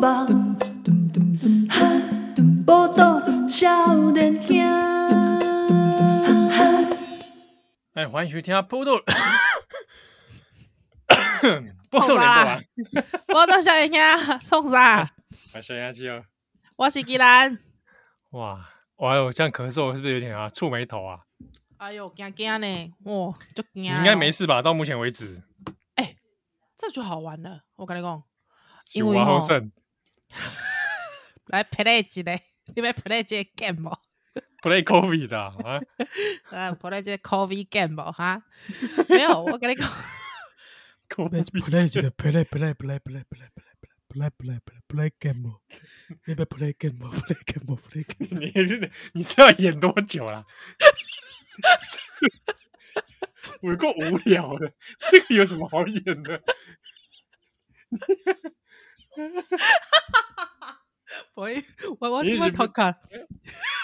望，哈，无道少年兄，哈哈。哎，欢迎收听波 豆，波豆联播好吧网，我都小影兄，送 啥？我是阿基哦。我是吉兰。哇，哇，我这样咳嗽是不是有点啊触眉头啊？哎呦，惊惊呢，哇，就惊。啊你应该没。事吧？到目前为止，这就好玩了，我跟你讲，因有为啊，好吼胜来 play 一个，你们 play 这个 game 无？ play coffee 的啊，来 play 这个 coffee game 无 哈？没有，我跟你 讲， Let's play 这个 play play play play play play play play play play game，你别 play game，play game，play game。你是你是要演多久啊啦？我够无聊的，这个有什么好演的？我我我你是我头壳，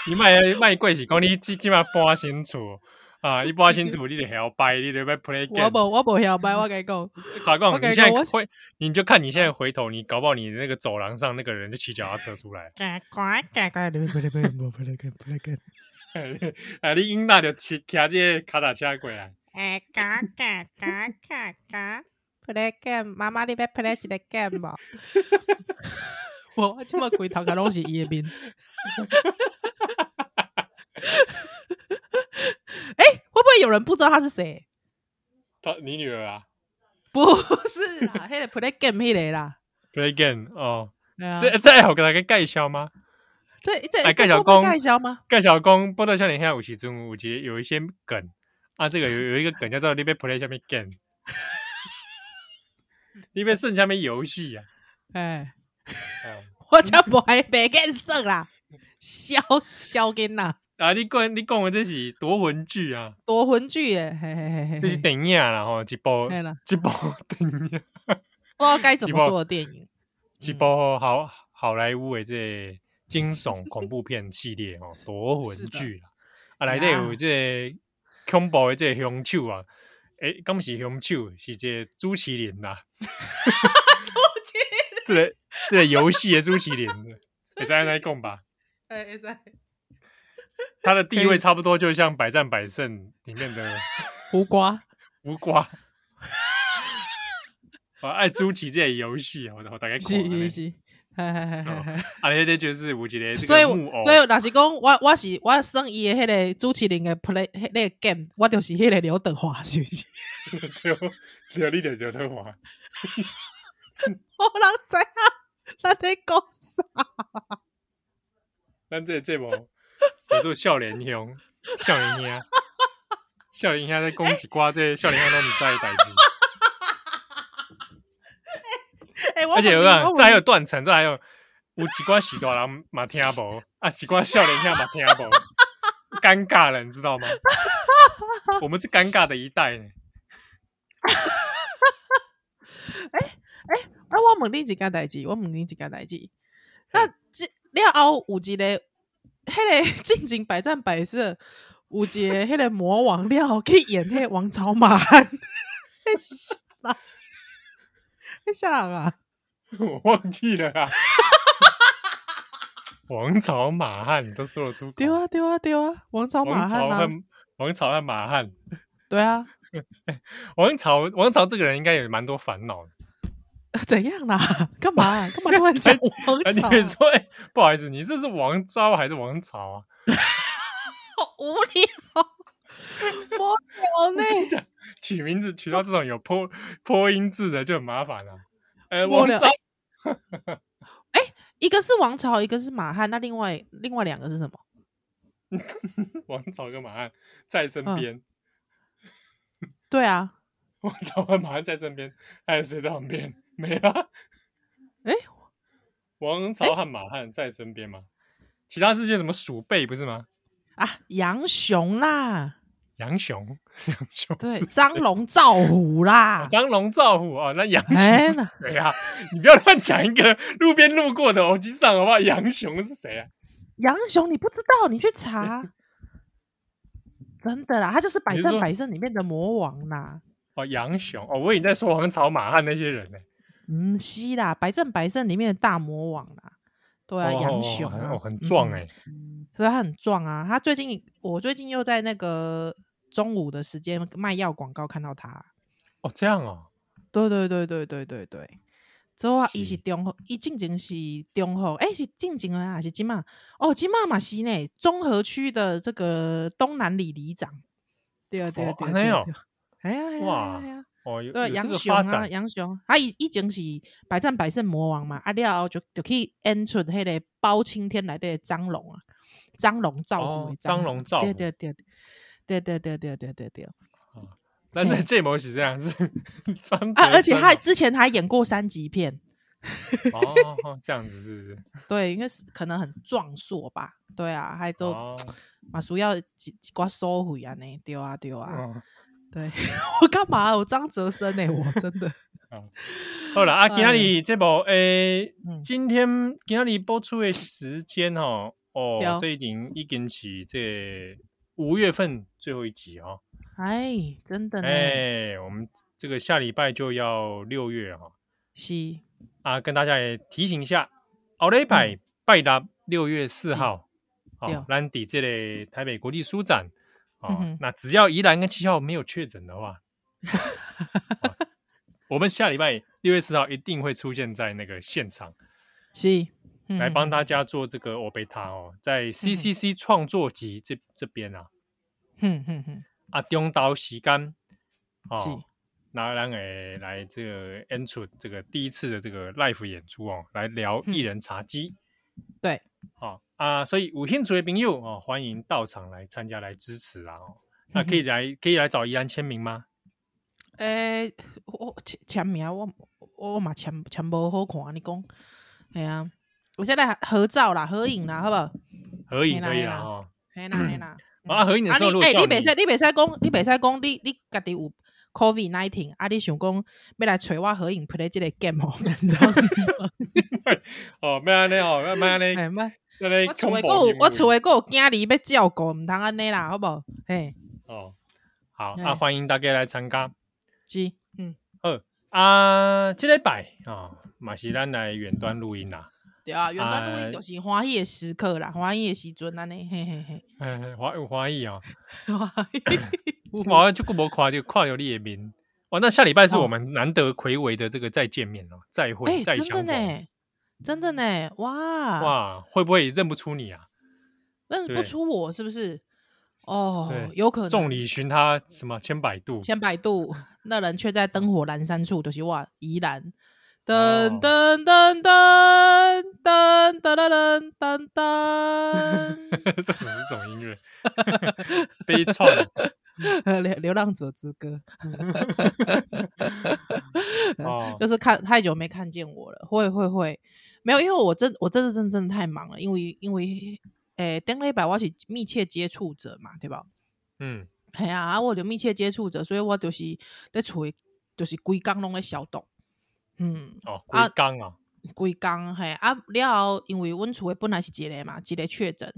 你卖卖贵是讲你即即嘛搬新厝啊，你搬新厝你得还要掰，你得要 play 我 game。无我无晓白，我跟你 讲，法官，我你跟你现讲在我，回，你就看你现在回头，你搞不好你那个走廊上那个人就骑脚踏车出来赶快赶快，你别 play game，play game，play game。 啊，你英娜就骑骑这卡达车过来，哎，嘎嘎嘎嘎嘎，play game，妈妈你要 play 一个 game 无？ 我即么规头壳拢是伊诶 面。哎、会不会有人不知道他是谁？他你女儿啊不是 啦，迄个 play game 迄个啦。 ，play game 哦，对啊这这好给大家介绍吗？这这来这盖小会不会公盖小吗？盖小公波特少年现在五期中午节有一些梗啊，这个有有一个梗叫做你被 play 下面 game，你被剩下面游戏啊，哎、啊我才无还没干算啦，小小囡仔啊，你讲你讲的这是夺魂剧啊，夺魂剧耶，嘿嘿嘿嘿，这是嘿电影啦吼，一部嘿啦，一部 电影。不知道该怎一么部说的电影。一嗯部好好莱坞的这惊悚恐怖片系列哦，夺魂剧啦，啊，内底有这恐怖的这凶手啊，诶，敢不是凶手，是这朱麒麟啦，这个这个游戏的朱麒 麟，也是安来讲吧，哎，会使他的地位差不多就像《百战百胜》里面的胡瓜，无瓜。我爱朱奇这个游戏，啊我我大概看是了呢是是，嘿嘿嘿嘿嘿。啊，那这就是有一个这所以个我，木偶，所以若是讲我我是我算伊的迄个朱启麟的 play 迄个 game，我就是迄个刘德华，是不是？ 对哦 对哦你就刘德华。我人知影咱咧讲啥？咱这这无，叫做少年兄，少年兄，少年兄在讲一寡这少年兄拢毋知的代志，哎， 我而且有问你啊我，这还有问断层，这还有有一寡许大人嘛听无，啊，一寡少年兄嘛听无，尴尬了，你知道吗？ 我们是尴尬的一代呢， 你啊，我问你一件代志，我问你一件代志。那这了后有一个，迄个进行百战百胜，有一个迄个魔王了后去演迄个王朝马汉， 迄啥人？ 迄啥人啊？我忘记了啊。 王朝马汉都说得出口，对啊，对啊，对啊，王朝马王朝汉啊，和王朝和马汉，对啊，王朝王朝这个人应该也蛮多烦恼的。怎样啦？ 干嘛、啊干嘛突然 讲王啊，你朝、会说，哎、不好意思，你这是王昭还是王朝啊？好无聊， 无聊呢？取名字取到这种有坡坡音字的就很麻烦了、啊。哎、无王聊。昭哎、哎一个是王朝，一个是马汉，那另外另外两个是什么？王朝跟马汉在身嗯边，对啊，王朝跟马汉在身边，还有谁在旁边？没了。哎王朝和马汉在身边吗？其他是些什么鼠辈不是吗？啊，杨雄啦，杨雄， 杨雄对是，张龙赵 虎啦，张龙赵虎哦，那杨哎雄是谁啊？ 你不要乱讲一个路边路过的偶机上好不好？杨雄是谁啊？杨雄你不知道，你去查。 真的啦，他就是《百你是战说百胜》里面的魔王啦。哦，杨雄哦，我以为你在说王朝马汉那些人呢、嗯，是啦，白正白正里面的大魔王啦，对啊，哦杨雄很啊，哦很壮嗯哎，所以他很壮啊。他最近，我最近又在那个中午的时间卖药广告看到他。哦这样哦，对对对对对对对。之后啊，伊是是中和，伊进前是中和，诶、是进前啊，还是金马？哦，金马嘛是呢，中和区的这个东南里里长。对啊对啊哦对啊安对尼啊哦对啊，哎呀哎呀哇哎呀！哦有对，有这杨个雄发啊，展，杨雄，他以以前是百战百胜魔王嘛，啊了后就就去演出迄个包青天来的张龙啊，张龙赵虎的哦张龙赵虎对对对对对对对对对对但在这模是这样子， 张啊！泽而且森哦他之前还演过三级片，哦这样子是不是？对，因为是可能很壮硕吧，对啊，还 都哦马叔要几几挂收回啊呢，对啊对啊，嗯对我 干嘛？啊我张哲生呢、我真 的好了啊，今哎天这部诶嗯，今天今天播出的时间哦，哦对，这已经已经是这五月份最后一集哦，哎，真的呢，哎，我们这个下礼拜就要六月哈是啊，跟大家也提醒一下，奥雷拜拜达六月四号，嗯对哦，兰迪这类台北国际书展嗯哦哼，那只要宜兰跟七号没有确诊的话， 哦我们下礼拜六月四号一定会出现在那个现场。是，嗯来帮他。大家做这个欧贝塔哦，在嗯 CCC 创作集这这边啊，哼哼哼，啊中岛时间是哦，那咱诶来这个演出这个第一次的这个 live 演出哦，来聊嗯艺人茶几对，哦啊，所以有兴趣的朋友哦，欢迎到场来参加来支持啊哦，那嗯可以来可以来找怡然签名吗？诶、我签签名啊我我我嘛签签无好看，你讲，系啊，我现在合照啦，合影啦，好不好？可以可可以以啦可以啦啦哦，嘿啦嘿啦，啊合影的时候啊如你果诶、叫你你袂使你袂使讲，你袂使讲，你你家己有 COVID nineteen，啊，你想讲要来找我合影 play 这个 game 哦，哦，咩安尼哦，咩安尼，哎妈，这里我厝诶有哦我厝诶有囝儿要照顾，毋通安尼啦，好不好？嘿，哦，好哎啊，欢迎大家来参加。是，嗯，啊，这礼拜啊，嘛、是咱来远端录音啦。对啊，原本录啊音就是欢喜诶时刻啦，欢喜诶时阵安尼，嘿嘿 嘿。哎，欢有欢喜啊！ 有我好就久无看就看到你的面。哇，那下礼拜是我们难得魁违的这个再见面哦，再会、哦哎、再真的相逢。呢，真的呢，哇哇，会不会认不出你啊？认不对出我是不是？哦对，有可能。众里寻他什么千百度？千百度，那人却在灯火阑珊处，就是哇，宜兰。哦噔噔噔噔噔噔噔噔噔噔， 这种是这种音乐， 悲怆。啊 流流浪者之歌，哦就是看太久没看见我了，会会会，没有，因为我真我真的真的真的太忙了，因为因为诶，登了一百，我是密切接触者嘛，对吧？嗯，系啊，啊我有密切接触者，所以我就是在厝的，就是规工拢咧消毒。嗯，哦，啊龟缸啊，规工嘿啊了后，因为阮厝的本来是一个嘛，一个确诊，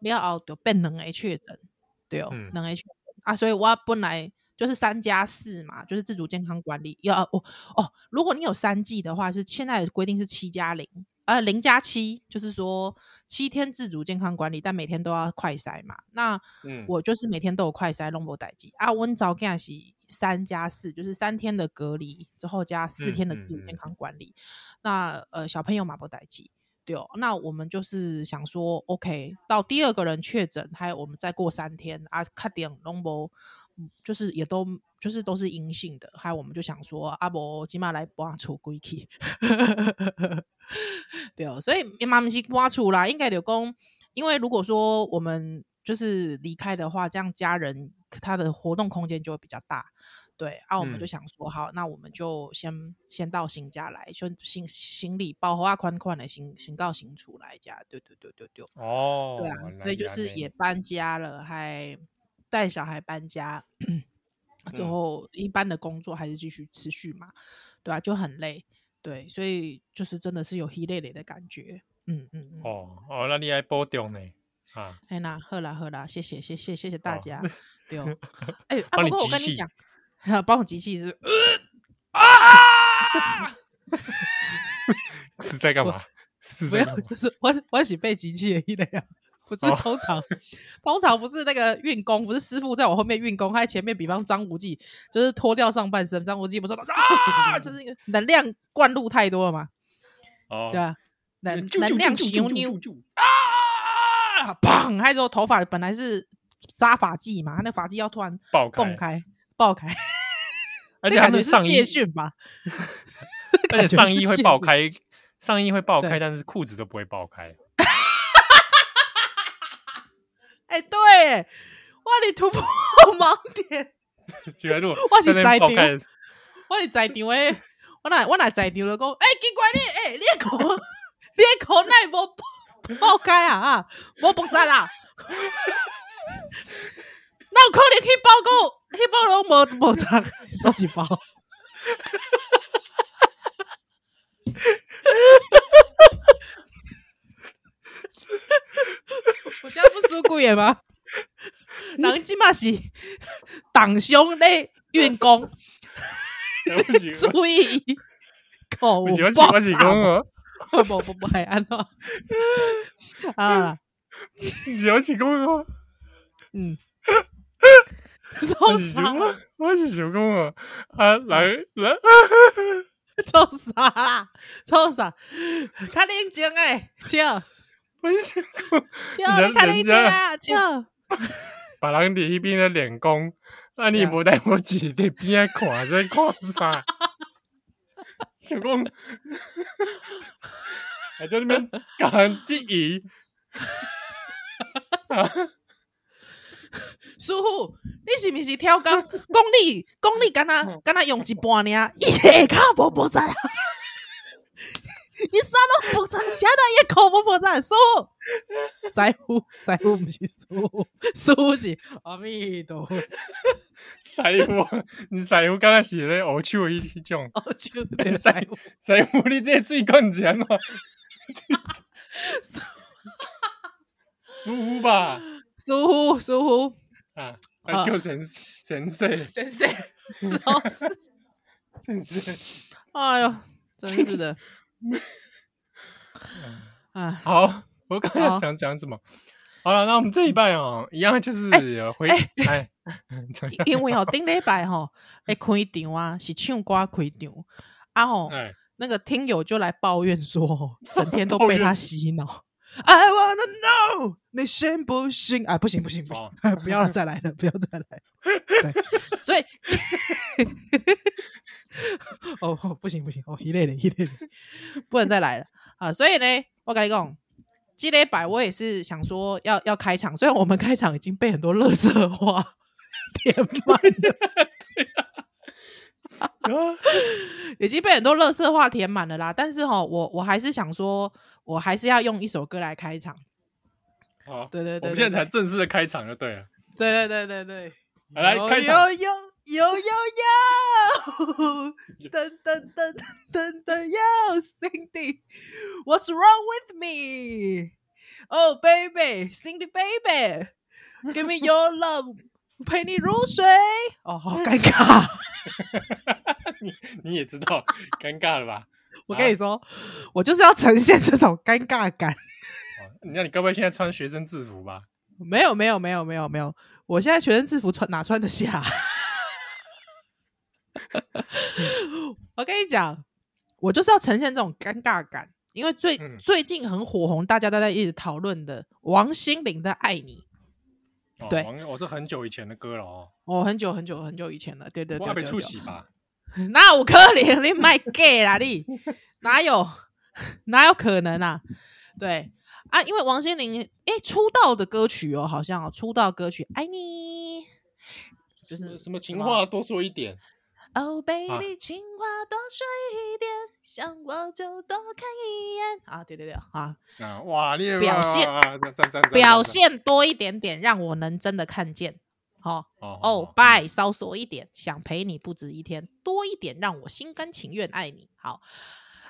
了后就变两个确诊，对哦，嗯两个确诊啊，所以我本来就是三加四嘛，就是自主健康管理要哦哦，如果你有三剂的话，是现在的规定是七加零。呃，零加七就是说七天自主健康管理，但每天都要快筛嘛。那嗯，我就是每天都有快筛，弄无代志啊。温早囝是三加四，就是三天的隔离之后加四嗯天的嗯自主嗯健康管理。那呃，小朋友嘛无代志，对哦。那我们就是想说，OK，到第二个人确诊，还有我们再过三天啊，看点拢无，嗯就是也都就是都是阴性的。还有我们就想说，啊，无即码来搬厝归去。 对哦，所以也嘛不是挖出啦，应该就讲，因为如果说我们就是离开的话，这样家人他的活动空间就会比较大。对，啊，我们嗯就想说，好，那我们就先先到新家来，就行行李包和啊宽宽的行行到行出来家，对对对对对，哦，对啊原，来所以就这样是呢也搬家了，还带小孩搬家，嗯之后一般的工作还是继续持续嘛，对啊，就很累，对，所以就是真的是有疲累累的感觉，嗯嗯嗯，哦哦，那你还保重呢啊。 哎那喝啦喝啦，谢谢谢谢谢谢大哦 家，对哦，哎，啊帮不你 过我集跟你气讲，帮我集气是不是呃啊。是在干嘛？是没在干有，嘛？就是我我喜被机器的一类啊，不是哦通常、 通常不是那个运功，不是师傅在我后面运功，他在前面，比方张无忌就是脱掉上半身，张无忌不是啊，就是那个能量灌入太多了嘛，哦对，啊，能就是能量啾啾啾牛啾牛啾啾啊，砰！还有头发本来是扎发髻嘛，那发髻要突然爆蹦开，开爆开，而且他那感觉们是上衣戒，训吧？而且上衣会爆感开，上衣会爆开，对但是裤子都不会爆 开。啊哎、对，哇，你突破 盲点，觉得如果我是在那边知道爆开， 我是在场诶，我哪我哪在场了讲，哎、奇怪你，哎、你的裤，你的裤那无爆爆开啊啊， 无爆炸啦！那有可能去包个，去包拢无无炸，都是包。我家不输贵的吗？人即嘛是 党兄咧运功，对不 起，注意口 我爆不起，哦我喜我喜炸哦欢我，不不不不，还安了啊， 我喜欢哦我，嗯，我臭喜啥欢？我，我喜欢我啊！来嗯来， 臭啥啦？臭啥？看冷静哎，笑我喜欢笑，你人看冷人静家啊，笑。把人伫迄边咧练功，啊你对啊无带我一伫边仔看，在看啥？ 想讲，还在那边 讲质疑，师傅，你是不是挑工？ 讲你讲你敢若敢若用一半尔，伊下骹无爆炸啊！伊啥拢无炸，啥那一口无爆炸，师傅。在乎在乎不是师傅，师傅是阿弥陀佛，师傅，你师傅敢若是咧学手迄迄种， 就哎是师在傅，师傅你这个水管钱嘛？ 舒服吧？ 师傅师傅啊，啊叫神神社先生老师，神社。哎呦，真是 的，啊，好，我刚才好想讲什么？好了，那我们这一拜哦，一样就是有回哎，怎 样因为哦顶礼拜吼会开场啊，是唱歌开场啊吼。哎，那个听友就来抱怨说， 整天都抱被怨他洗脑。I 哎 wanna know，你信不信？啊，不行不行不行，哦，不要了，再来了，不要再来。对， 所以，哦哦，不行不行，哦，一类的，一 类的，不能再来了啊！所以呢，我跟你讲，积累百我也是想说要要开场，虽然我们开场已经被很多乐色话 填满 了，啊已经被很多乐色话填满了啦。但是哈、我我还是想说，我还是要用一首歌来开场。好，对对我对们对现在才正式的开场就对了。对对对对对，好来有开场 有有有有有，噔噔噔噔噔有，Cindy，What's wrong with me? Oh baby, Cindy baby, give me your love，陪你入睡。哦，好尴尬。你你也知道，尴尬了吧？我跟你说，我就是要呈现这种尴尬感。哦那你该不会现在穿学生制服吧？没有没有没有没有没有，我现在学生制服穿哪穿得下？ 我跟你讲，我就是要呈现这种尴尬感，因为最、嗯最近很火红，大家都在一直讨论的王心凌的《爱你哦对王我是很久以前的歌了哦，》，哦，很久很久很久以前了，对对我对还对没对出席吧？ 那有可能你卖 gay 啦你？哪有 哪有可能啊？对啊，因为王心凌诶出道的歌曲哦，好像哦出道歌曲《爱你》，就什么是什么情话多说一点，哦、baby，情话多说一点，想我就多看一眼啊！对对对啊，啊，哇，你表现啊啊赞赞赞赞表赞现多一点点，让我能真的看见。好、哦哦，拜，稍缩一点，想陪你不止一天，多一点让我心甘情愿爱你。好，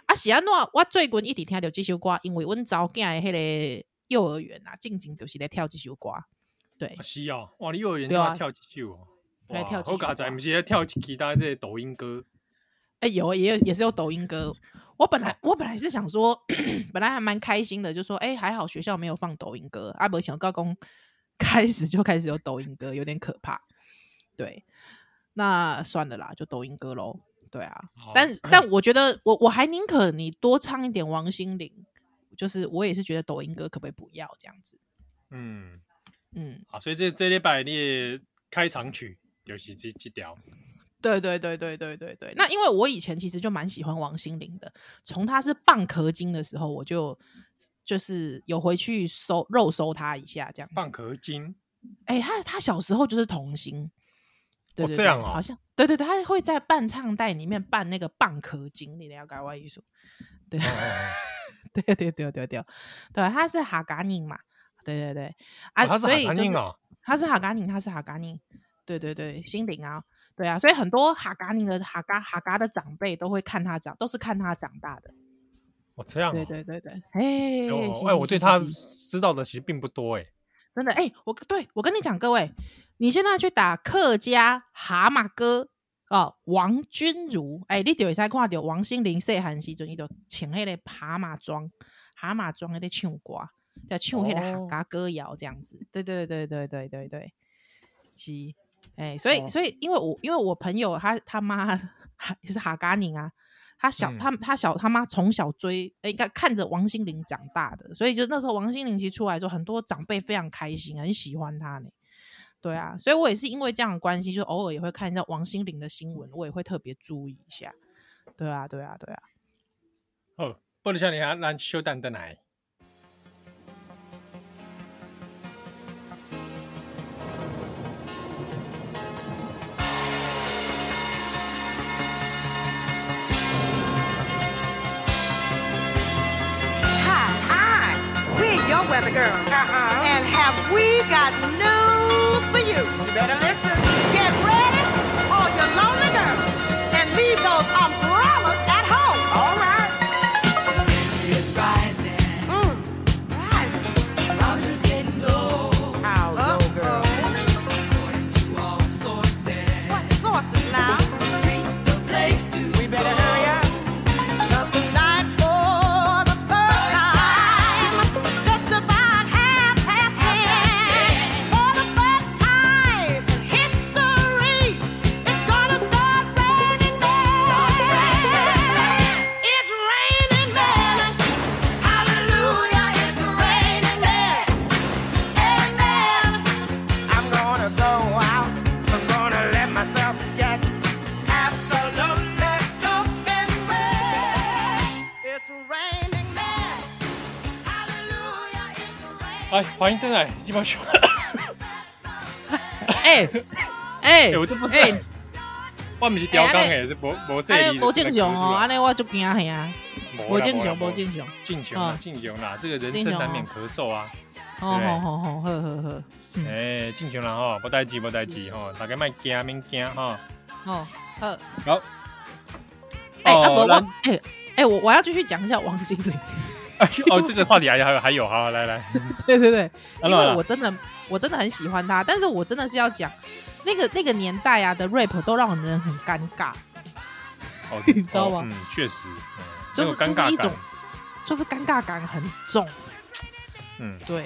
啊，是安怎样？我最近一直听到这首歌，因为阮查某囝的迄个幼儿园啊，静静就是在跳这首歌。对啊，是哦，哇，你幼儿园对就啊要跳几首哦，来跳哇几好首啊嘎仔，吧不是在跳其他这些抖音歌，哎、有也有也是有抖音歌。我本来我本来是想说，本来还蛮开心的，就说哎、还好学校没有放抖音歌。阿伯想高工 开始就开始有抖音歌，有点可怕。对，那算了啦，就抖音歌喽。对啊，好但但我觉得我我还宁可你多唱一点王心凌，就是我也是觉得抖音歌可不可以不要这样子？嗯，嗯，好，所以这这礼拜你的开场曲就是这这条，嗯对对对对对对对。那因为我以前其实就蛮喜欢王心凌的，从她是蚌壳精的时候，我就就是有回去搜肉搜她一下这样蚌子。壳精，哎、她她小时候就是童星，对哦这对对样哦好像对对对，她会在伴唱带里面扮那个蚌壳精，你了解我意思？对。哦 哦 对对对对对，对，他是哈嘎宁嘛，对对对，啊，哦他是所以海就宁是啊，他是哈嘎宁，他是哈嘎宁，对对对，心灵啊，对啊，所以很多哈嘎宁的哈嘎哈嘎的长辈都会看他长，都是看他长大的，哦这样哦，对对对对，哎哎是我是哎我是对是他是知道的其实并不多哎，真的哎、我对我跟你讲，各位，你现在去打客家蛤蟆哥哦，王君如，哎、你就会使看到王心凌细汉时阵，伊就穿迄个蛤蟆装，蛤蟆装迄个唱歌，在唱迄个哦客家歌谣这样子。对对对对对对对，是哎、所以、哦所以因为我因为我朋友他他妈也是哈嘎宁啊，他小、嗯他他小他妈从小追，呃应该看着王心凌长大的，所以就那时候王心凌其实出来的时候，很多长辈非常开心，很喜欢她呢。对啊，所以我也是因为这样的关系，就偶尔也会看一下王心凌的新闻，我也会特别注意一下。对啊，对啊，对啊。哦，不能像你啊，咱小蛋蛋来。 Hi, hi. We're your weather girl. Uh-huh. And have we got news for you? You better listen. Get ready, all your lonely girls, and leave those umbrellas at home. All right. It's rising, Mm. Rising. ground is getting low, How low, girl? according to all sources. What sources now? The streets, the place to We better hurry up. 'Cause tonight, for the first time, just about half past ten, for the first time in history, it's gonna start raining men. It's raining men. Hallelujah, it's raining men. Amen. I'm gonna go out. I'm gonna let myself get. Absolutely soaking wet. It's raining men. Hallelujah, it's raining. 哎，欢迎登来，鸡巴熊。 哎哎哎，我这不是哎，，我不是雕哎钢安尼诶，是无无说安你尼无正常哦，安尼尼我就惊嘿啊，无正常，无正进进常。熊啦，嗯进熊啦，这个人正生常难哦免咳嗽啊。哦对吼吼吼，呵呵呵，嗯，哎，进熊啦吼，无代志，无代志吼，大家莫惊，免惊吼。哦呵，好，哎啊哦无我咱哎哎我我要继续讲一下王心凌。哎呦 哦，这个话题还有还有还有，好，来来，对对对，安怎因为啦我真的我真的很喜欢他，但是我真的是要讲，那个那个年代啊的 rap 都让人很尴尬，哦 你知道吗哦嗯，确实，嗯就那种是尴就是尬一种感，就是尴尬感很重。嗯，对，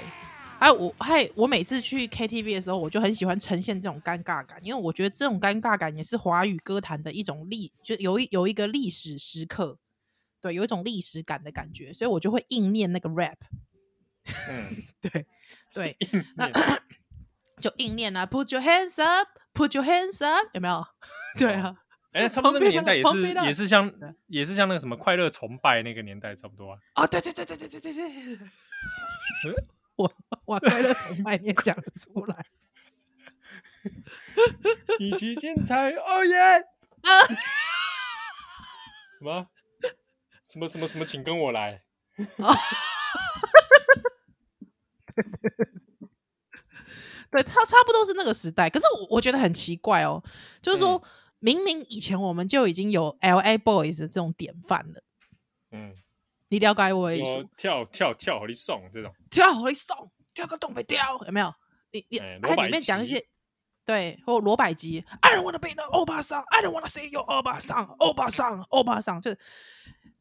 还有我还我每次去 KTV 的时候，我就很喜欢呈现这种尴尬感，因为我觉得这种尴尬感也是华语歌坛的一种历，就有一有一个历史时刻，对，有一种历史感的感觉，所以我就会硬念那个 rap。 嗯，对对，那就硬念啊，Put your hands up, Put your hands up，有没有？ 对啊，哎，差不多那个年代也旁边是的也是像也是像那个什么快乐崇拜那个年代差不 多啊。哦，对对对对对对对对。我我快乐崇拜你也讲得出来，以及天才，哦 耶！什么？什么什么什么？请跟我来。对他差不多是那个时代。可是我我觉得很奇怪哦，就是说、嗯明明以前我们就已经有 L A Boys 的这种典范了，嗯，你了解我的意说思？跳跳跳和你 送这种，跳回送，跳个东北跳，有没有？你你哎它罗百里面讲一吉些，对，或罗百吉，I don't wanna be the 欧巴桑，I don't wanna see you 欧巴桑，欧巴桑，欧巴桑，就是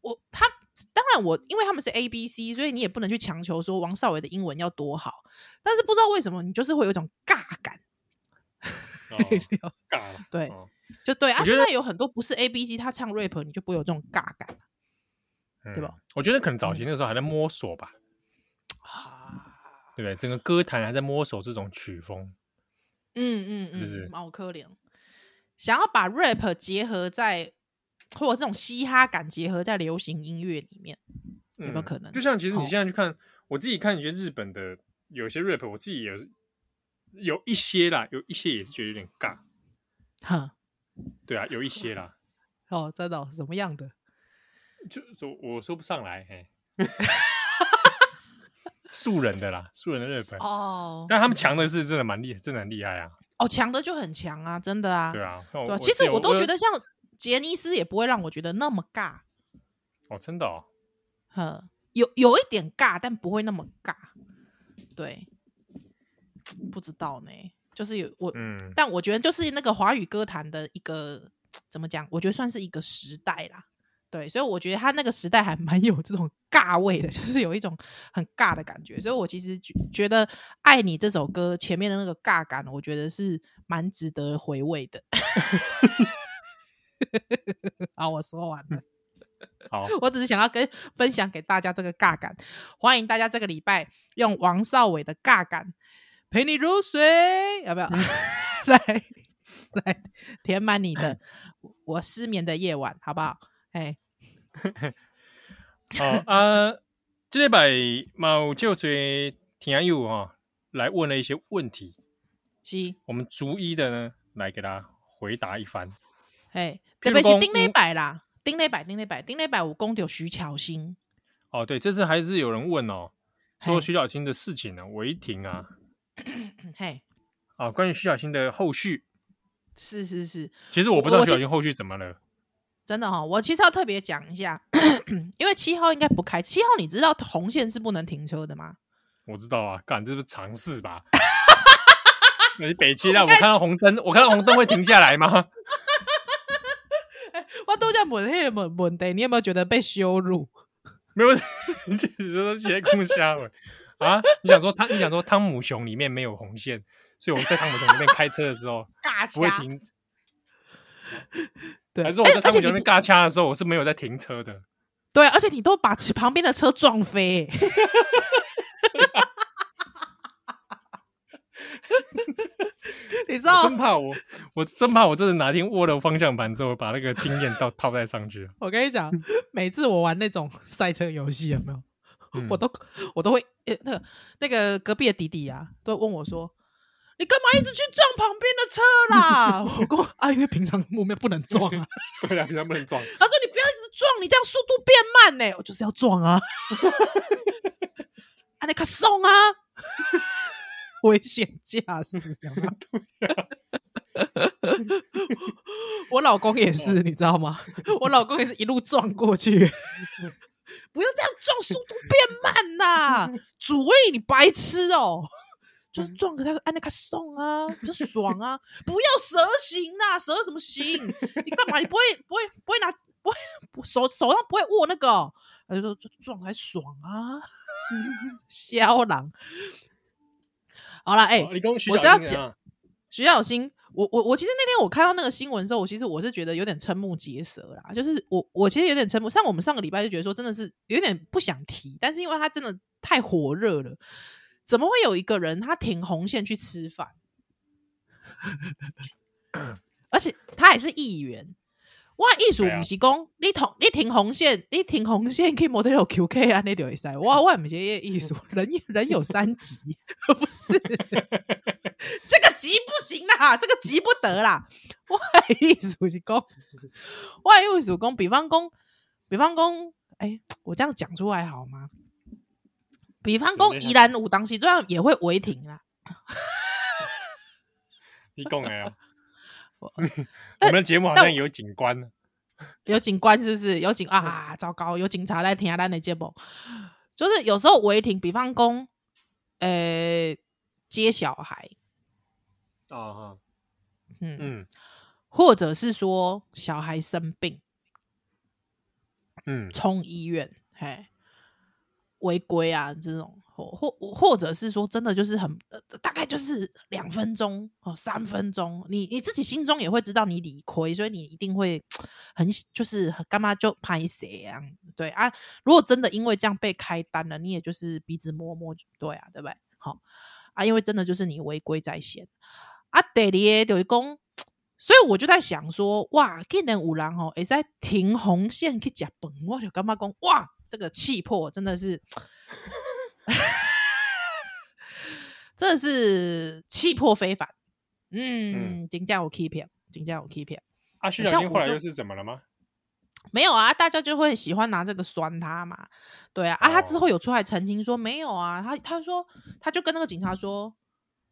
我他当然我因为他们是 A B C，所以你也不能去强求说王少伟的英文要多好，但是不知道为什么你就是会有一种尬感，哦尬了，对哦就对啊，我觉现得在有很多不是 A B C，他唱 rap 你就不会有这种尬感对吧嗯？我觉得可能早期那个时候还在摸索吧，啊，对不对？整个歌坛还在摸索这种曲风，嗯嗯是不是嗯，好可怜，想要把 rap 结合在或者这种嘻哈感结合在流行音乐里面，有没有嗯可能就像其实你好现在去看，我自己看一些日本的有些 rap，我自己有有一些啦，有一些也是觉得有点尬，哼。对啊，有一些啦，哦，真的、哦、什么样的？就就我说不上来，嘿，素人的啦，素人的 rap，、哦但他们强的是真的蛮厉，真的很厉害啊，哦，强的就很强啊，真的啊，对啊，像对我啊其实我都觉，有得像杰尼斯也不会让我觉得那么尬，哦，真的哦，呵，有有一点尬，但不会那么尬，对，不知道呢，就是有我，嗯，但我觉得就是那个华语歌坛的一个怎么讲，我觉得算是一个时代啦。对，所以我觉得他那个时代还蛮有这种尬味的，就是有一种很尬的感觉。所以我其实觉觉得《爱你》这首歌前面的那个尬感，我觉得是蛮值得回味的。 好，我说完了。好，我只是想要跟分享给大家这个尬感，欢迎大家这个礼拜用王少伟的尬感陪你入睡，要不嗯要 来来填满你的我失眠的夜晚，好不好？哎，哦啊，这礼拜嘛有就侪听友哈、来问了一些问题，是我们逐一的呢来给大家回答一番。哎，譬特如别说是丁磊嗯百啦，丁磊百，丁磊百，丁磊百，我公有徐巧芯，哦，对，这次还是有人问哦，说嘿徐小青的事情呢，韦霆啊，嘿，啊，关于徐小青的后续，是是是，其实我不知道我我徐其小青后续怎么了。真的哈、哦，我其实要特别讲一下， 因为七号应该不开，七号你知道红线是不能停车的吗？我知道啊，干这不是尝试 吧？你北七啊！我看到红灯，我看到红灯会停下来吗？我都在问那个问题，你有没有觉得被羞辱？没有，你这说斜空虾尾啊？你想说汤？你想说汤姆熊里面没有红线，所以我在汤姆熊里面开车的时 候尬不会掐，停，对，还是我在哎而汤姆且熊里你面尬掐的时候，我是没有在停车的。对，而且你都把旁边的车撞飞、你知我道真？怕我，我真怕我真的哪天握了方向盘之后，把那个经验到 套在上去。我跟你 讲，每次我玩那种赛车游戏，有没有？嗯我都我都会，呃，那个那个隔壁的弟弟啊，都会问我说：“你干嘛一直去撞旁边的车啦？” 我跟我啊，因为平常目标不能撞啊。对啊，平常不能撞。他说：“你不要一直撞，你这样速度变慢呢、我就是要撞啊， 啊，你可松啊，危险驾 驶。有没有” 我老公也是，你知道吗？我老公也是一路撞过去。不要这样撞，速度变慢啦！主位，你白痴哦、就是撞个他按那个送啊，就爽啊！不要蛇形啦，蛇什么形？你干嘛？你不会不会不会拿不会不手手上不会握那个哦、他就说就撞才爽啊！ 肖狼，好了，哎、哦你跟徐我小是要青怎讲样徐小新，我我我其实那天我看到那个新闻的时候，我其实我是觉得有点瞠目结舌啦。就是我我其实有点瞠目，像我们上个礼拜就觉得说真的是有点不想提，但是因为他真的太火热了，怎么会有一个人他停红线去吃饭？而且他还是议员，我的意思对啊不是讲你停你停红线，你停红线去 model QK 啊，那就会使。我我不是那个意思，人人有三级， 不是这个级不行啦，这个级不得啦。我的意思是讲，我的意思讲，比方讲，比方讲，哎、我这样讲出来好吗？比方怎么讲，样宜兰武当西这样也会违停啦。你讲哎呀， 我我呃们的节目好但像有景观，有警官是不是？有警啊，糟糕，有警察来听啊咱的节目。就是有时候违停，比方讲，呃，接小孩，啊啊，嗯嗯，嗯或者是说小孩生病嗯冲医院，嘿，违规啊这种，或或或者是说真的就是很、呃大概就是两分钟哦，三分钟，你你自己心中也会知道你理亏，所以你一定会很就是很干嘛就拍谁啊？对啊，如果真的因为这样被开单了，你也就是鼻子摸摸，对啊，对不对？好、啊，因为真的就是你违规在先啊，得哩就是讲。所以我就在想说，哇，竟然有人吼会在停红线去食饭，我就感觉讲，哇，这个气魄真的是， 真的是气魄非凡。嗯，真正有欺骗，真正有欺骗。啊，徐小像新我后来就又是怎么了吗？没有啊，大家就会喜欢拿这个酸他嘛，对啊，啊，他哦之后有出来澄清说没有啊，他他说他就跟那个警察说，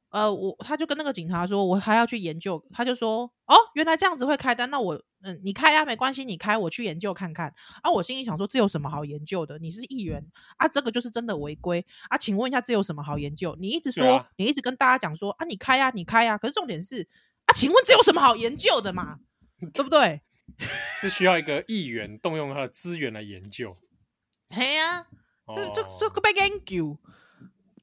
呃，我他就跟那个警察说，我还要去研究，他就说哦，原来这样子会开单，那我嗯，你开啊，没关系，你开，我去研究看看啊。我心里想说，这有什么好研究的？你是议员啊，这个就是真的违规啊，请问一下，这有什么好研究？你一直对说，啊你一直跟大家讲说啊，你开啊，你开啊，可是重点是啊，请问这有什么好研究的嘛？对不 对？是需要一个议员动用他的资源来研究。嘿呀、啊。这这这哦个要研究，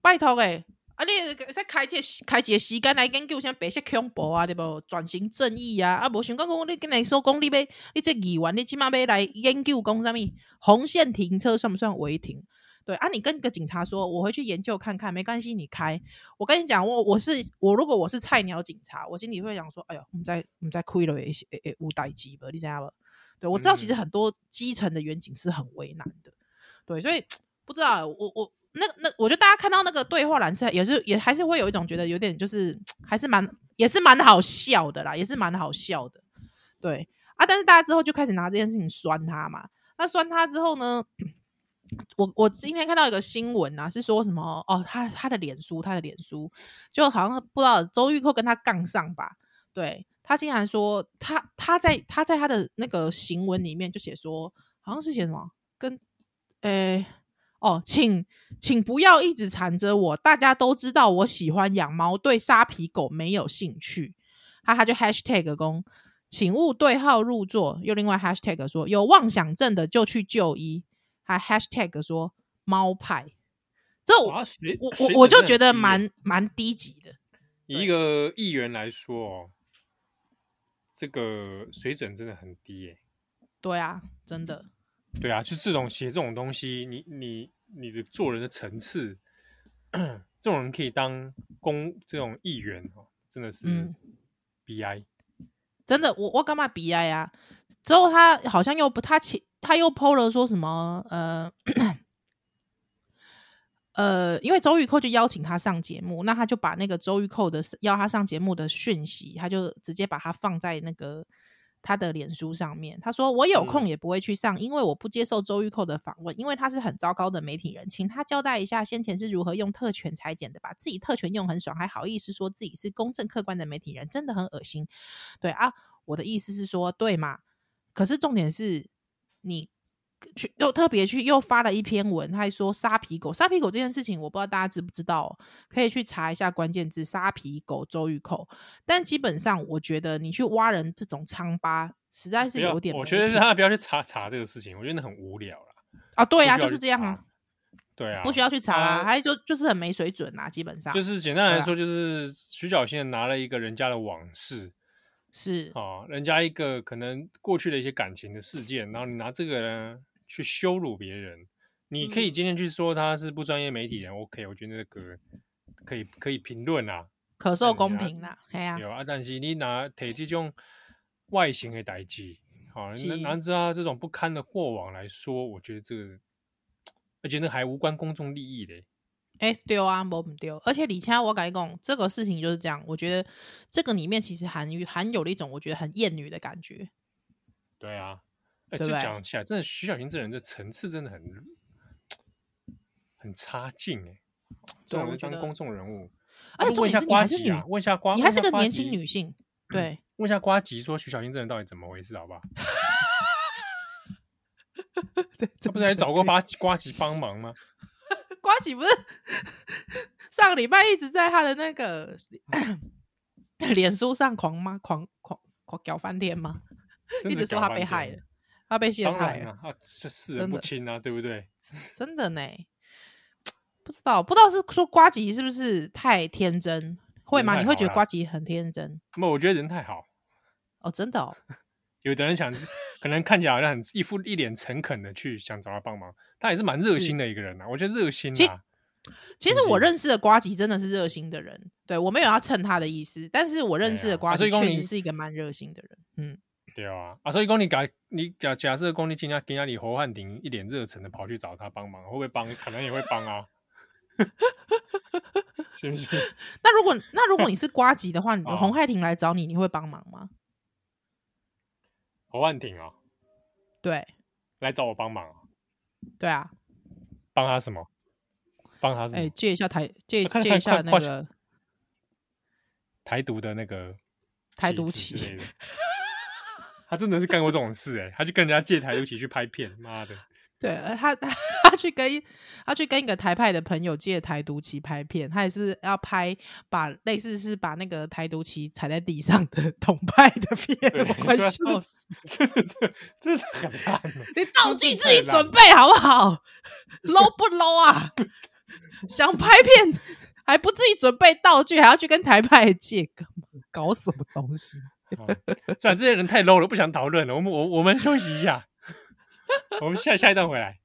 拜托诶、啊，你再开一个时开一个时间来研究啥白色恐怖啊，对无转型正义啊，啊，无想讲讲你跟来说讲你要你这议员，你即码要来研究讲啥物红线停车算不算违停？对啊，你跟个警察说，我回去研究看看，没关系，你开。我跟你讲，我我是我，如果我是菜鸟警察，我心里会想说，哎呦，我们在我们在亏了诶诶诶，无代志吧，你知道吗？对我知道，其实嗯很多基层的远警是很为难的，对，所以不知道我我那那，我觉得大家看到那个对话栏是也是也还是会有一种觉得有点就是还是蛮也是蛮好笑的啦，也是蛮好笑的，对啊，但是大家之后就开始拿这件事情酸他嘛，那酸他之后呢，我我今天看到一个新闻啊，是说什么哦，他他的脸书，他的脸书就好像不知道周玉蔻跟他杠上吧？对他竟然说他他在他在他的那个行文里面就写说，好像是写什么跟诶、哦，请请不要一直缠着我，大家都知道我喜欢养猫，对沙皮狗没有兴趣。他他就 hashtag 公，请勿对号入座。又另外 hashtag 说，有妄想症的就去就医。还 hashtag 说猫派，这我哇哦啊水我水我我准真就的很低觉得耶蛮蛮低级的。以一个议员来说，哦，这个水准真的很低耶、对啊，真的，对啊，就这种写这种东西，你你你的做人的层次， 这种人可以当公这种议员哦，真的是嗯 BI。真的，我我干嘛鼻哀啊？之后他好像又不，他其他又 PO 了说什么呃呃，因为周玉蔻就邀请他上节目，那他就把那个周玉蔻的要他上节目的讯息，他就直接把它放在那个他的脸书上面。他说：“我有空嗯也不会去上，因为我不接受周玉蔻的访问，因为他是很糟糕的媒体人，请他交代一下先前是如何用特权裁剪的，把自己特权用很爽，还好意思说自己是公正客观的媒体人，真的很恶心。”对啊，我的意思是说，对嘛？可是重点是你去又特别去又发了一篇文，他还说沙皮狗，沙皮狗这件事情，我不知道大家知不知道、哦，可以去查一下关键字“沙皮狗周玉蔻”。但基本上，我觉得你去挖人这种疮疤，实在是不要有点没我品，觉得大家不要去查查这个事情，我觉得很无聊啦。啊，对不啊，需就要是去这样查啊，。对啊，不需要去查啊，他还就就是很没水准啊，基本上就是简单对来啊说，就是徐小新拿了一个人家的往事是啊、哦人家一个可能过去的一些感情的事件，然后你拿这个呢去羞辱别人，你可以今天去说他是不专业媒体人、o k 我觉得这个可以可以评论啊，可受你公拿平啦，哎呀、有啊，但是你拿提这种外形的代志，好、是那拿着他这种不堪的过往来说，我觉得这个，而且那还无关公众利益嘞，哎、对啊，我不对，而且李且我跟你讲，这个事情就是这样。我觉得这个里面其实含于含有了一种我觉得很厌女的感觉。对啊，哎、对这不对讲起来，真的徐小平这人的层次真的很很差劲哎、这种对我人觉当得公众人物，而且问重一下点是你瓜还是吉女啊，，问一下瓜，你问还一是下个瓜年吉轻女，性，对，问一下瓜吉说徐小平这人到底怎么回事，好不好？ 他不是还找过瓜瓜吉帮忙吗？瓜吉不是上个礼拜一直在他的那个 脸书上狂骂、狂狂狂屌翻天吗？真 一的直说搞他半被天害了，他被陷当害然了，了，啊，这世人真不的清啊，对不对？真的呢。不知道，不知道是说瓜吉是不是太天真，会人吗？太你会好觉得啦瓜吉很天真那么我觉得人太好，哦？真的哦，有的人想，可能看起来好像很一副一脸诚恳的去想找他帮忙，他也是蛮热是心的一个人啊。我觉得热心其啊，其是实不我是认识的瓜吉真的是热心的人，对我没有要蹭他的意思，但是我认对识的啊瓜啊所吉以说确你实是一个蛮热心的人。嗯，对啊，啊，所以讲你假你假假设讲你今天今天你侯汉廷一脸热忱的跑去找他帮忙，会不会帮？可能也会帮啊，是不是？那如果那如果你是瓜吉的话，你哦洪海婷来找你，你会帮忙吗？侯汉廷啊、哦，对来找我帮忙啊、对啊，帮他什么？帮他什么？哎、借一下台借看借一看下看那快去个台独的那个台独旗旗之类的。 他真的是干过这种事哎、他去跟人家借台独旗去拍片，妈的！对，呃他 他他去跟一他去跟一个台派的朋友借台独旗拍片，他也是要拍把类似是把那个台独旗踩在地上的 同派的片，对我快对啊笑死！真的是，真的是很烂啊的、你道具自太己烂准备好不 好？low 不 low 啊？想拍片还不自己准备道具，还要去跟台派借，干嘛搞什么东西？ 哦算了，这些人太 low 了，不想讨论了。我们我我们休息一下， 我们下下一段回来。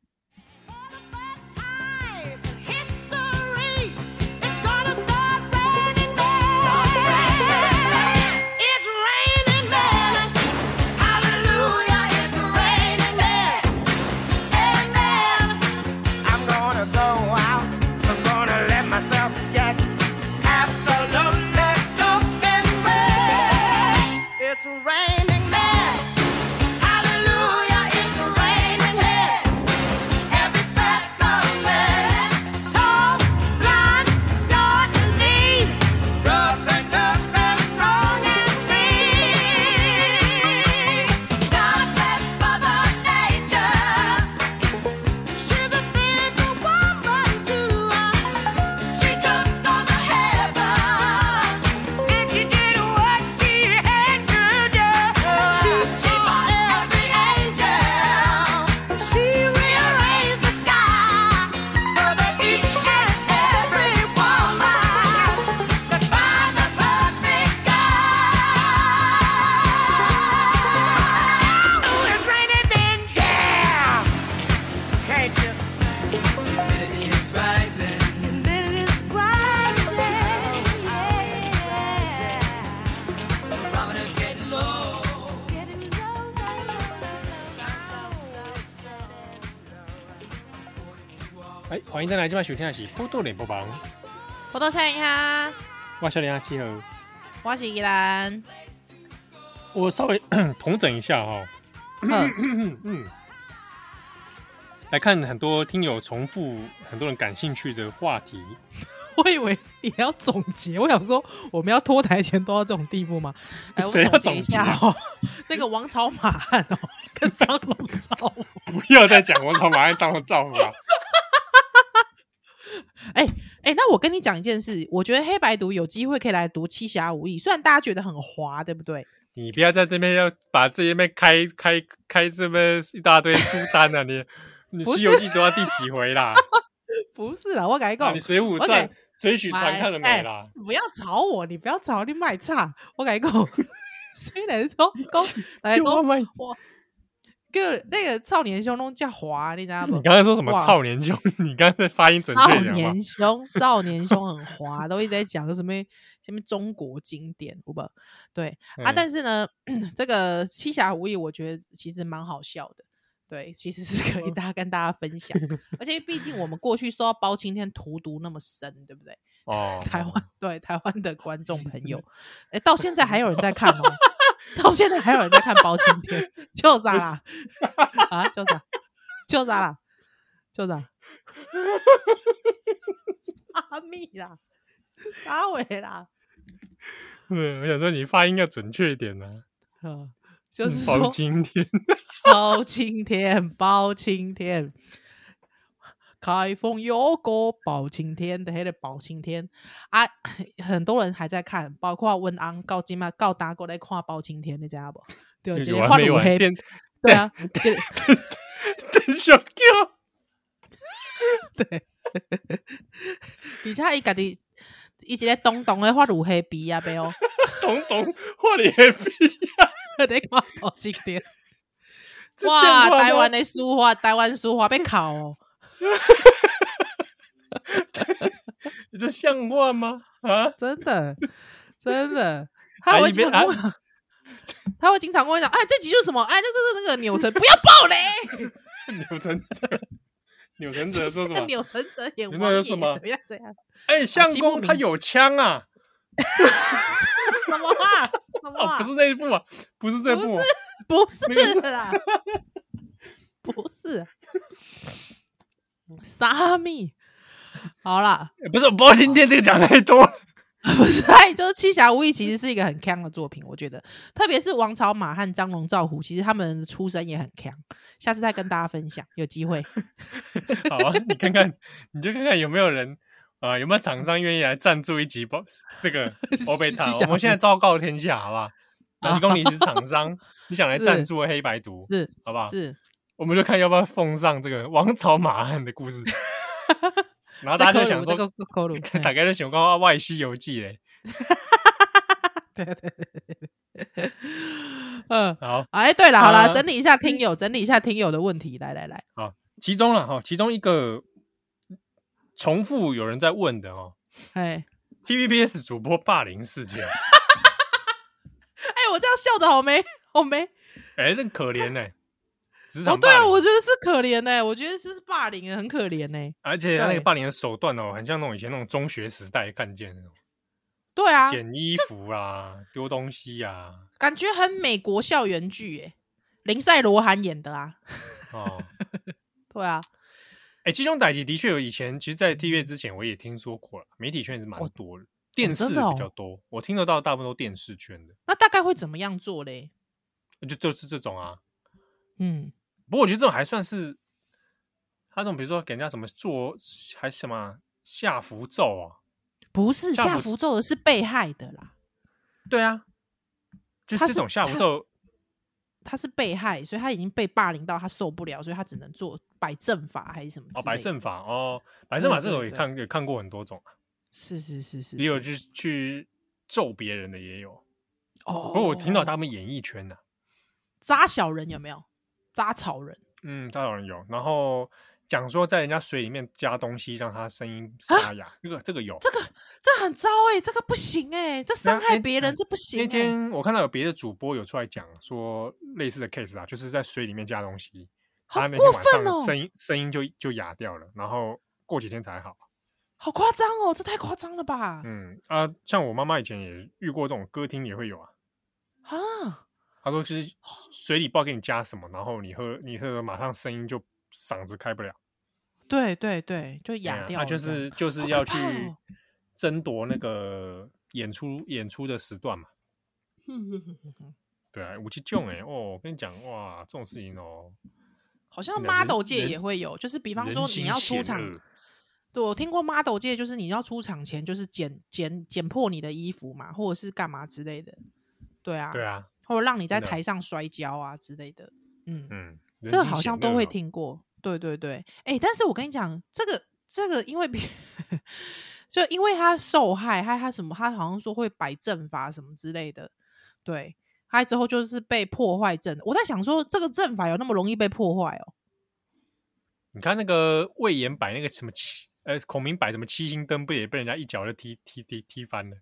I'm gonna go out. I'm gonna let myself get absolutely soaking wet. It's raining men. Hallelujah, it's raining men. Every specimen. Tall, blind, dark, and lean. Rough and tough and strong and mean. God bless Mother Nature. She's a single woman too. She took on the heaven, and she did what she had to do. She fought every angel. She rearranged the sky so that each and every woman could find the perfect guy. Oh, it's raining men, yeah. Can't you It's rising. Then it's rising, yeah. Barometer's getting low. It's getting low, low, low, low, low, low. 哎，欢迎再来，今晚收听的是《波多脸播房》， 我都想一下，我是小林阿七和我是依兰，我稍微 统整一下哈、哦，嗯嗯，来看很多听友重复很多人感兴趣的话题，我以为你要总结，欸我想说我们要脱台前都到这种地步吗？哎，我谁要结一总结下啊哦，那个王朝马汉哦，跟张龙朝武，不要再讲我操，马上当了造啊 吧。哎、那我跟你讲一件事，我觉得黑白读有机会可以来读《七侠五义》，虽然大家觉得很滑，对不对？你不要在这边要把这边开开开这边一大堆书单啊！你你不《是西游记》都要第几回啦？不是啦，我哎改啊讲你，《水浒我传》给《水浒传》看了没啦？不要吵我，你不要吵，你卖差，我改讲。 虽 然说讲， 来就讲我卖我，个那个少年兄拢叫滑，你知道 你不？刚才说什么“哇少年兄”？你刚才发音准确少一点好吗年？兄，少年兄很滑，都一直在讲什么什么中国经典，不不对啊。嗯但是呢， 这个七侠五义，我觉得其实蛮好笑的。对，其实是可以嗯大家跟大家分享，而且毕竟我们过去受到包青天荼毒那么深，对不对？哦， 台湾对台湾的观众朋 友，哎，到现在还有人在 看哦，到现在还有人在看包青 天，就啥啦啊，就啥，就啥啦，就 啥，阿密啦，阿伟 啦，对，我想说你发音要准确一点啊呢。嗯， 就是说 包青天，包青天，包青天。开封有个包青天的，迄个包青天啊， 很多人还在看，包括温安到今嘛到达过来看包青天，你知道不？对，这今个天完换没五完，黑，电 对啊，这个电小叫，而且伊家己伊一个东东的发乳黑鼻啊，白哦，懂懂，画你的屁， 你看包青天，这像哇，话吗台湾的书画，台湾书画被考哦。这像话吗？啊， 真的，真的，他啊会一边经常跟我 讲，他会经常跟我讲，哎，这集就是什么？哎，那就是那个钮承，不要爆 雷，钮承泽，钮承泽说什那么？钮承泽演那王有爷什怎么么样怎样？哎，相欺负公他你有枪啊！什么啊？什么哦，啊？不是那一部啊，不是这部啊，不那个是啦，不是，啊沙米。好啦，哎 不是包青天这个讲太多了。不是，哎，就是《七侠无义》其实是一个很强的作品，我觉得，特别是王朝马和张龙赵虎，其实他们的出身也很强。下次再跟大家分享，有机会。好啊，你看看，你就看看有没有人啊、有没有厂商愿意来赞助一集包这 个欧贝塔？是我们想现在昭告天下，好不好？哪些公你是 厂商，你想来是赞助黑白毒，是好不好？是，我们就看要不要奉上这个王朝马汉的故 事，然后大家就想说，这个口 鲁，大概就想看《外西游记》嘞。 嗯，好，哎，对了，好啊了，整理一下听友，整理一下听友的问题，来来来，其中了哈，其中一个重复有人在问的哦哎，TVBS 主播霸凌事件。哎，我这样笑的好没 好没？哎、那可怜呢、职场哦，对霸啊，凌我觉得是可怜呢，我觉得是霸凌欸，很可怜呢。而且他那个对霸凌的手段哦，很像那种以前那种中学时代看见的那种，对啊，捡衣服啦、丢东西啊，感觉很美国校园剧哎，林赛罗韩演的啊，哦，对啊，哎、这种代际的确有以前，其实，在 TV 之前我也听说过了，媒体圈是蛮哦多的，电视真比的哦较多，我听得到大部分都电视圈的，那大概会怎么样做嘞？就就是这种啊。嗯，不过我觉得这种还算是，他这种比如说给人家什么做，还什么下符咒啊，不是下下符符咒的是被害的啦，对啊，就他这是种下符他咒，哦他是被害，所以他已经被霸凌到他受不了，所以他只能做摆正法还是什么之类的？哦，白正法哦，白正法这对种对也对看也看过很多种，是是是是，也有是去去揍别人的也有。哦不过我听到他们演艺圈呐、扎小人有没有？扎草人嗯，当然有。然后讲说在人家水里面加东西让他声音沙哑，这个这个有。啊这个这很糟哎、这个不行哎、这伤那害那嗯别人这不行、那欸。天啊我看到有别的主播有出来讲说类似的 case 啊，就是在水里面加东西，好他那天过晚分上哦声音声音就就哑掉了，然后过几天才好。啊好夸张哦，这太夸张了吧？嗯啊，像我妈妈以前也遇过这种，歌厅也会有啊。啊，他说就是水里不知道给你加什么，然后你喝你喝了马上声音就嗓子开不了，对对对，就哎呀哑掉他了就这样是就好是可要去怕哦争夺那个演出演出的时段嘛。对啊，武器囧哎哦，我跟你讲哇，这种事情哦，好像对啊人 model 界人也会有，就是比方人说心你要险出场恶，对我听过 model 界就是你要出场前就是剪剪剪破你的衣服嘛，或者是干嘛之类的，对啊，对啊，或者让你在真的台上摔跤啊之类的，嗯嗯，人这心好像险都恶会哦，听过。对对对，哎、但是我跟你讲，这个这个，因为别就因为他受害，还他什么，他好像说会摆正法什么之类的，对，他之后就是被破坏正。我在想说，这个正法有那么容易被破坏哦？ 你看那个魏延摆那个什么七。呃，孔明摆什么七星灯，不也被人家一脚就踢踢踢踢翻了？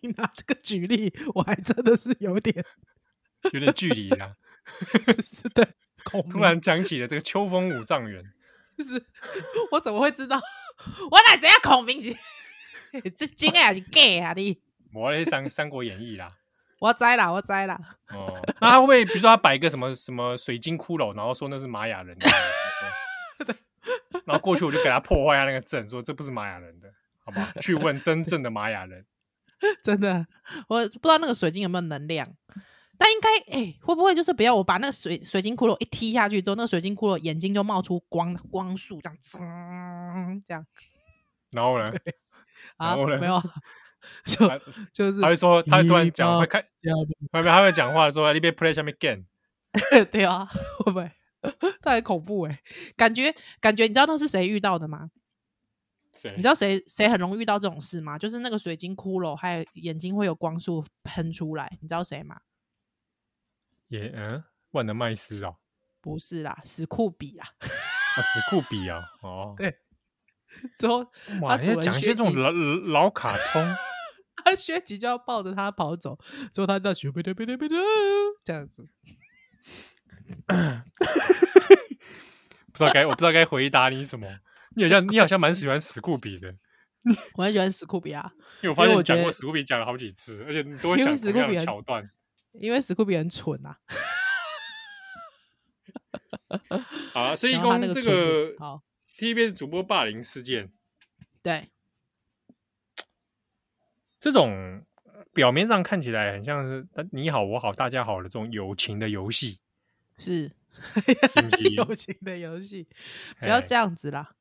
你拿这个举例，我还真的是有点 有点距离啦。是的恐怖突，然讲起了这个秋风五丈原，我怎么会知道？ 我哪知道孔明是 这真的 还是假啊？你我嘞《三三国演义》啦。我知啦，我知啦。哦，那他会不会比如说他摆一个什么什么水晶骷髅，然后说那是玛雅人的？ 然后过去我就给他破坏他那个阵，说这不是玛雅人的，好吧？ 去问真正的玛雅人，真的，我不知道那个水晶有没有能量，但应该哎、会不会就是不要我把那个水水晶骷髅一踢下去之后，那个水晶骷髅眼睛就冒出光光束，这样噌这样 然后呢，啊？然后嘞没有啊， 就他就是他会说，他会突然讲，一会开，这样吧外面他会讲话说，你别 play 下面 game，对啊，会不会？ 他很恐怖哎、感觉感觉你知道那是谁遇到的吗？谁你知道谁谁很容易遇到这种事吗？就是那个水晶骷髅，还有眼睛会有光束喷出来，你知道谁吗？也嗯，万能麦斯哦，不是啦，史酷比啦。啊史酷比啊，哦，之后哇，他你在主人讲一些学这种籍老老卡通，他薛吉就要抱着他跑走，之后他到学贝贝贝贝这样子。不知道该我不知道该回答你什么。你好像你好像蛮喜欢史酷比的， 我很喜欢史酷比啊，因为我发现因为我你讲觉过得史酷比讲了好几次，而且你都会因为讲史同酷样比的很桥段。因为史酷比很蠢啊。好啊，所以然后他公那个这蠢个物好， TVB 主播霸凌事件，对，这种表面上看起来很像是呃你好我好大家好的这种友情的游戏，是信 不信友情的游戏，不要嘿这样子啦。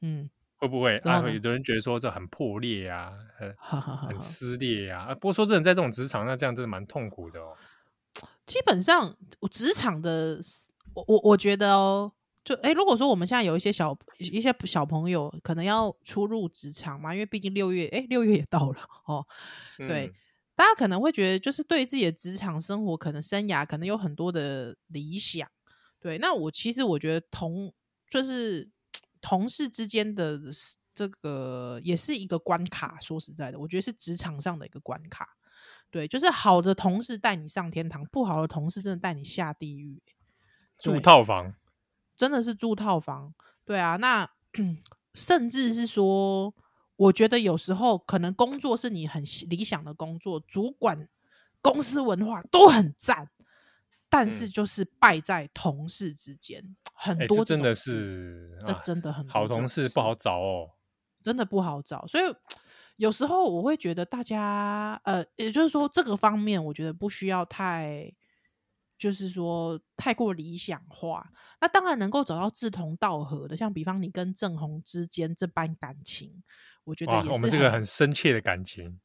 嗯，会不会之后啊？呢会有的人觉得说这很破裂啊，很好好好好很。撕裂啊。啊不过说真的，在这种职场，那这样真的蛮痛苦的哦。基本上我职场的，我我我觉得哦，就哎，如果说我们现在有一些小一些小朋友可能要初入职场嘛，因为毕竟六月，哎，六月也到了 哦，对嗯，大家可能会觉得，就是对自己的职场生活、可能生涯，可能有很多的理想。对，那我其实我觉得同就是同事之间的这个也是一个关卡。说实在的，我觉得是职场上的一个关卡。对，就是好的同事带你上天堂，不好的同事真的带你下地狱。欸住对套房，真的是住套房，对啊，那 甚至是说，我觉得有时候可能工作是你很喜理想的工作，主管、公司文化都很赞，但是嗯就是败在同事之间，很哎，多这这真的种事，是这啊真的很好多这同种事事不好找哦。真的不好找，所以。有时候我会觉得大家，呃，也就是说这个方面，我觉得不需要太，就是说太过理想化。那当然能够找到志同道合的，像比方你跟郑红之间这般感情，我觉得哇也，是我们这个很深切的感情，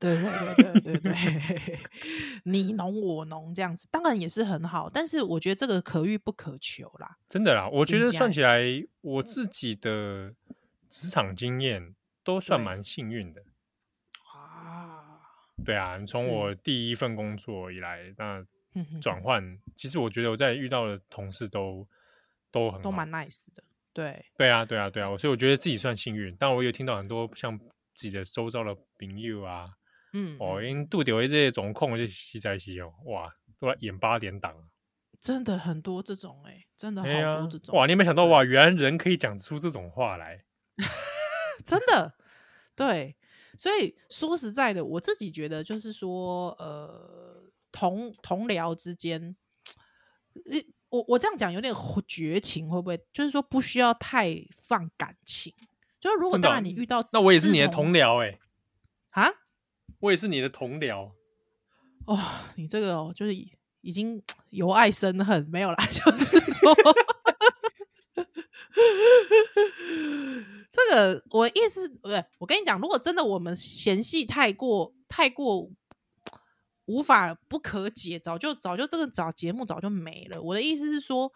对对对对对对， 你侬我侬这样子，当然也是很好。但是我觉得这个可遇不可求啦。真的啦。我觉真得假算的起来，嗯我自己的职场经验都算对蛮幸运的。啊，对啊，你从是我第一份工作以来，那嗯哼转换，其实我觉得我在遇到的同事都都很都好蛮 nice 的，对。对啊，对啊，对啊，我所以我觉得自己算幸运，但我有听到很多像自己的周遭的朋友啊，嗯，哦，嗯因度掉这些总控就西在西哦，哇，都在演八点档啊，真的很多这种哎、真的好哎呀多这，种，哇，你有没有想到对哇，原来人可以讲出这种话来？真的，对，所以说实在的，我自己觉得就是说，呃，同同僚之间，呃我我这样讲有点忽绝情，会不会？就是说不需要太放感情。就是如果真的当哦然你遇到那我也是志你的同僚哎、啊，我也是你的同僚，哦，你这个哦，就是已已经由爱生恨，没有啦， 就是说，这个我意思，不对，我跟你讲，如果真的我们嫌隙太过太过无法不可解，早就早就这个早节目早就没了。我的意思是说。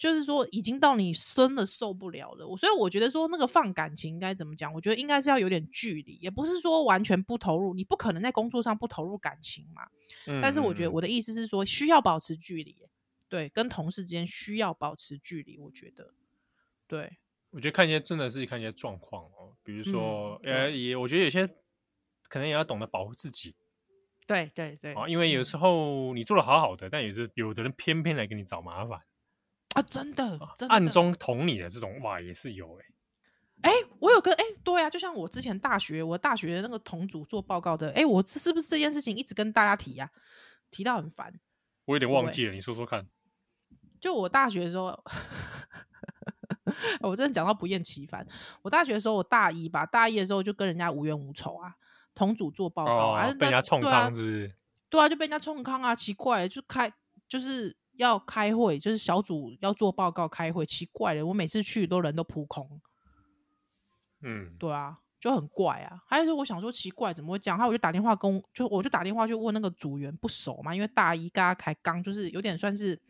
就是说，已经到你真的受不了了，我所以我觉得说那个放感情应该怎么讲？我觉得应该是要有点距离，也不是说完全不投入，你不可能在工作上不投入感情嘛。但是我觉得嗯我的意思是说，需要保持距离，对，跟同事之间需要保持距离，我觉得，对，我觉得看一些真的是看一些状况哦，比如说、嗯呃，对也我觉得有些可能也要懂得保护自己对对对嗯啊，因为有时候你做的好好的，但有时有的人偏偏来给你找麻烦，啊，真的，真哦的暗中捅你的这种哇也是有哎、哎、我有个哎、对啊，就像我之前大学，我大学那个同组做报告的，哎、我这是不是这件事情一直跟大家提呀、提到很烦。我有点不忘会记了，你说说看。就我大学的时候， 我真的讲到不厌其烦。我大学的时候，我大一吧，大一的时候就跟人家无冤无仇啊，同组做报告啊，哦，被人那家冲对啊康是不是？对啊，就被人家冲康啊，奇怪了，就开就是要开会，就是小组要做报告开会，奇怪了，我每次去都人都扑空，嗯，对啊，就很怪啊。还有就是我想说奇怪怎么会这样，然后我就打电话跟我就我就打电话去问那个组员不熟嘛，因为大一跟他才刚就是有点算是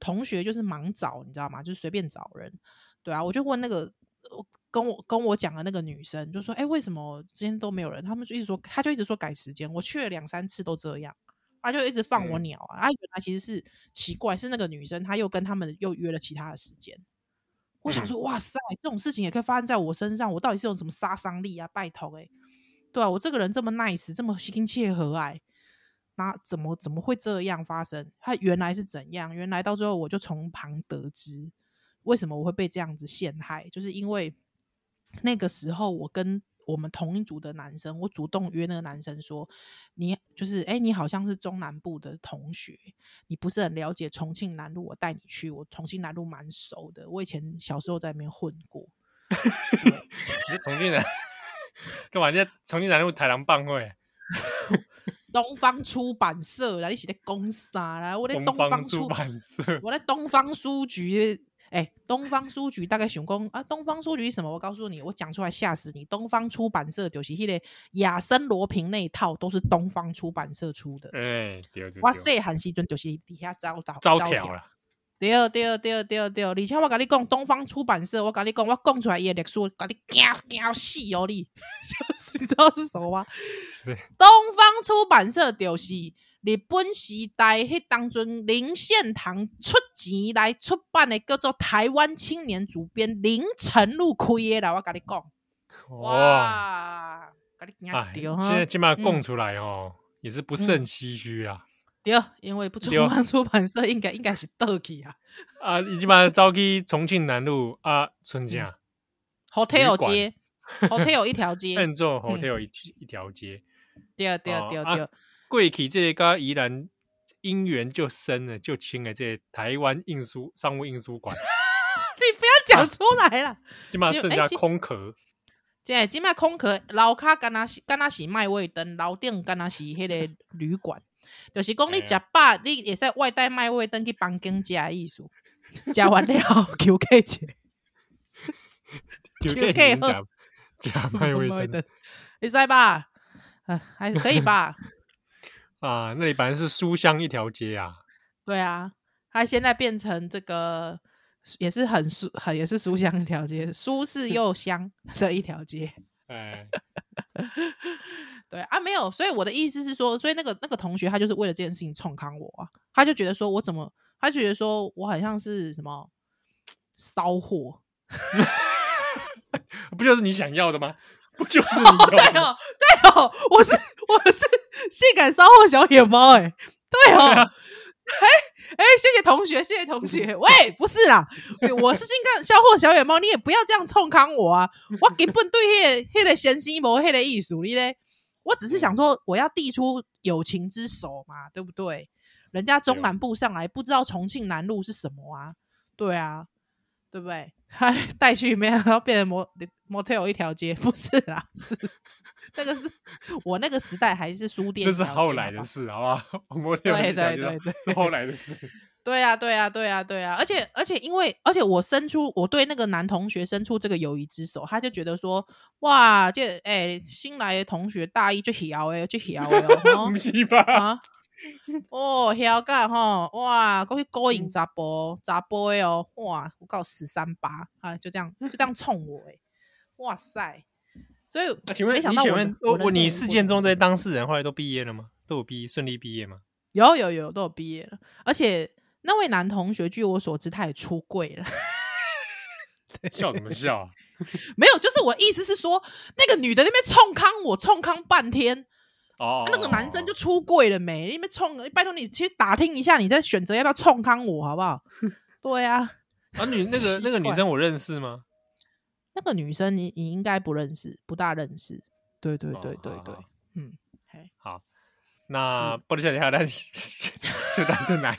同学就是盲找，你知道吗？就是随便找人，对啊，我就问那个。呃跟我跟我讲的那个女生就说：“哎、为什么今天都没有人？”他们就一直说，他就一直说改时间。我去了两三次都这样，他就一直放我嗯鸟啊！啊，原来其实是奇怪，是那个女生她又跟他们又约了其他的时间。我想嗯说，哇塞，这种事情也可以发生在我身上，我到底是有什么杀伤力啊？拜托哎、对啊，我这个人这么 nice，这么心切和蔼，那怎么怎么会这样发生？他原来是怎样？原来到最后我就从旁得知，为什么我会被这样子陷害，就是因为那个时候我跟我们同一组的男生，我主动约那个男生说，你就是哎、你好像是中南部的同学，你不是很了解重庆南路，我带你去，我重庆南路蛮熟的，我以前小时候在那边混过。你是重庆人， 干嘛？你在重庆南路台南棒会，东方出版社啦，你是在讲啥啦？我在东东方方出出版社，我在东方书局，哎、东方书局大概想讲啊，东方书局是什么？我告诉你，我讲出来吓死你。东方出版社就是迄个亚森罗平那一套，都是东方出版社出的。哎，对对对，我细汉时阵就是底下招到招条啦，对对对对对，而且我跟你讲，东方出版社，我跟你讲，我讲出来伊的历史，我跟你惊惊死哦你， 就是你知道是什么吗？对东方出版社就是日本时代迄当阵林献堂出钱来出版的叫做《台湾青年主编》林晨路开的啦，我跟你讲，哇，哇，跟你惊哎，一跳现啊哈。在起码嗯供出来哦，也是不胜唏嘘啊。对，因为不出对版出版社应该应该是倒去啊啊，伊即摆走去重庆南路啊，春家，hotel 旅馆街 嗯，hotel 一嗯条街，按做 hotel 一一条街，对对哦对啊对，过去这个甲宜兰姻缘就深了，就亲了这个台湾印书商务印书 馆，你不要讲出来啦。即摆就剩哎下这空壳，即即卖空壳楼骹敢若是敢若是卖味灯，楼顶敢若是迄个旅馆， 就是讲你哎食饱，你会使外带卖味灯去房间食的 意思。食完了后求客者，就就给人给家假卖味 灯，会使吧？啊，还可以 吧？啊，那里本来是书香一条街 啊，对啊，它现在变成这个也是很舒很也是书香一条街，舒适又香的一条街。哎，对啊，没有，所以我的意思是说，所以那个那个同学他就是为了这件事情冲康我啊，他就觉得说我怎么，他就觉得说我好像是什么骚货，不就是你想要的吗？不 就是你对要的吗？哦，对哦，我是我是性感骚货小野猫、欸，哎，对哦，哎哎、谢谢同学，谢谢同学，喂，不是啦，我是性感骚货小野猫，你也不要这样冲康我啊，我根本对迄、个迄、 个先生无迄个意思你咧，我只是想说我要递出友情之手嘛，对不对？人家中南部上来不知道重庆南路是什么啊，对啊，对不对？ 他带去没想到变成摩 motel 一条街，不是啦，是那个是我那个时代还是书店，这是后来的。事，好不好？摩天对一条对街对上 对，是后来的事，对啊对啊对啊对啊，而且而且因为而且我伸出我对那个男同学伸出这个友谊之手，他就觉得说哇，这哎、新来的同学大一就摇哎就摇哎 哦不是吧？啊， 哦，晓噶吼，哇，过去勾嗯引查甫查甫的哦，哇，我告四三八啊，就这样就这样冲我哎、哇塞！所以那啊请问没你想到请我的问我我的我你人生事也件中过这些当事人后来都毕业了吗？都有毕业顺利毕业吗？ 有有有都有毕业了，而且那位男同学据我所知他也出柜了， 笑什么笑啊？没有，就是我意思是说那个女的那边冲康我冲康半天， 哦啊，那个男生就出柜了没？你们冲，拜托你去打听一下，你再选择要不要冲康我好不好？ 对啊。啊，女那个奇那个女怪生我认识吗？那个女生你你应该不认识，不大认识。对对哦对对好对，好嗯，嘿， 好，那不能下底下单，就单的奶，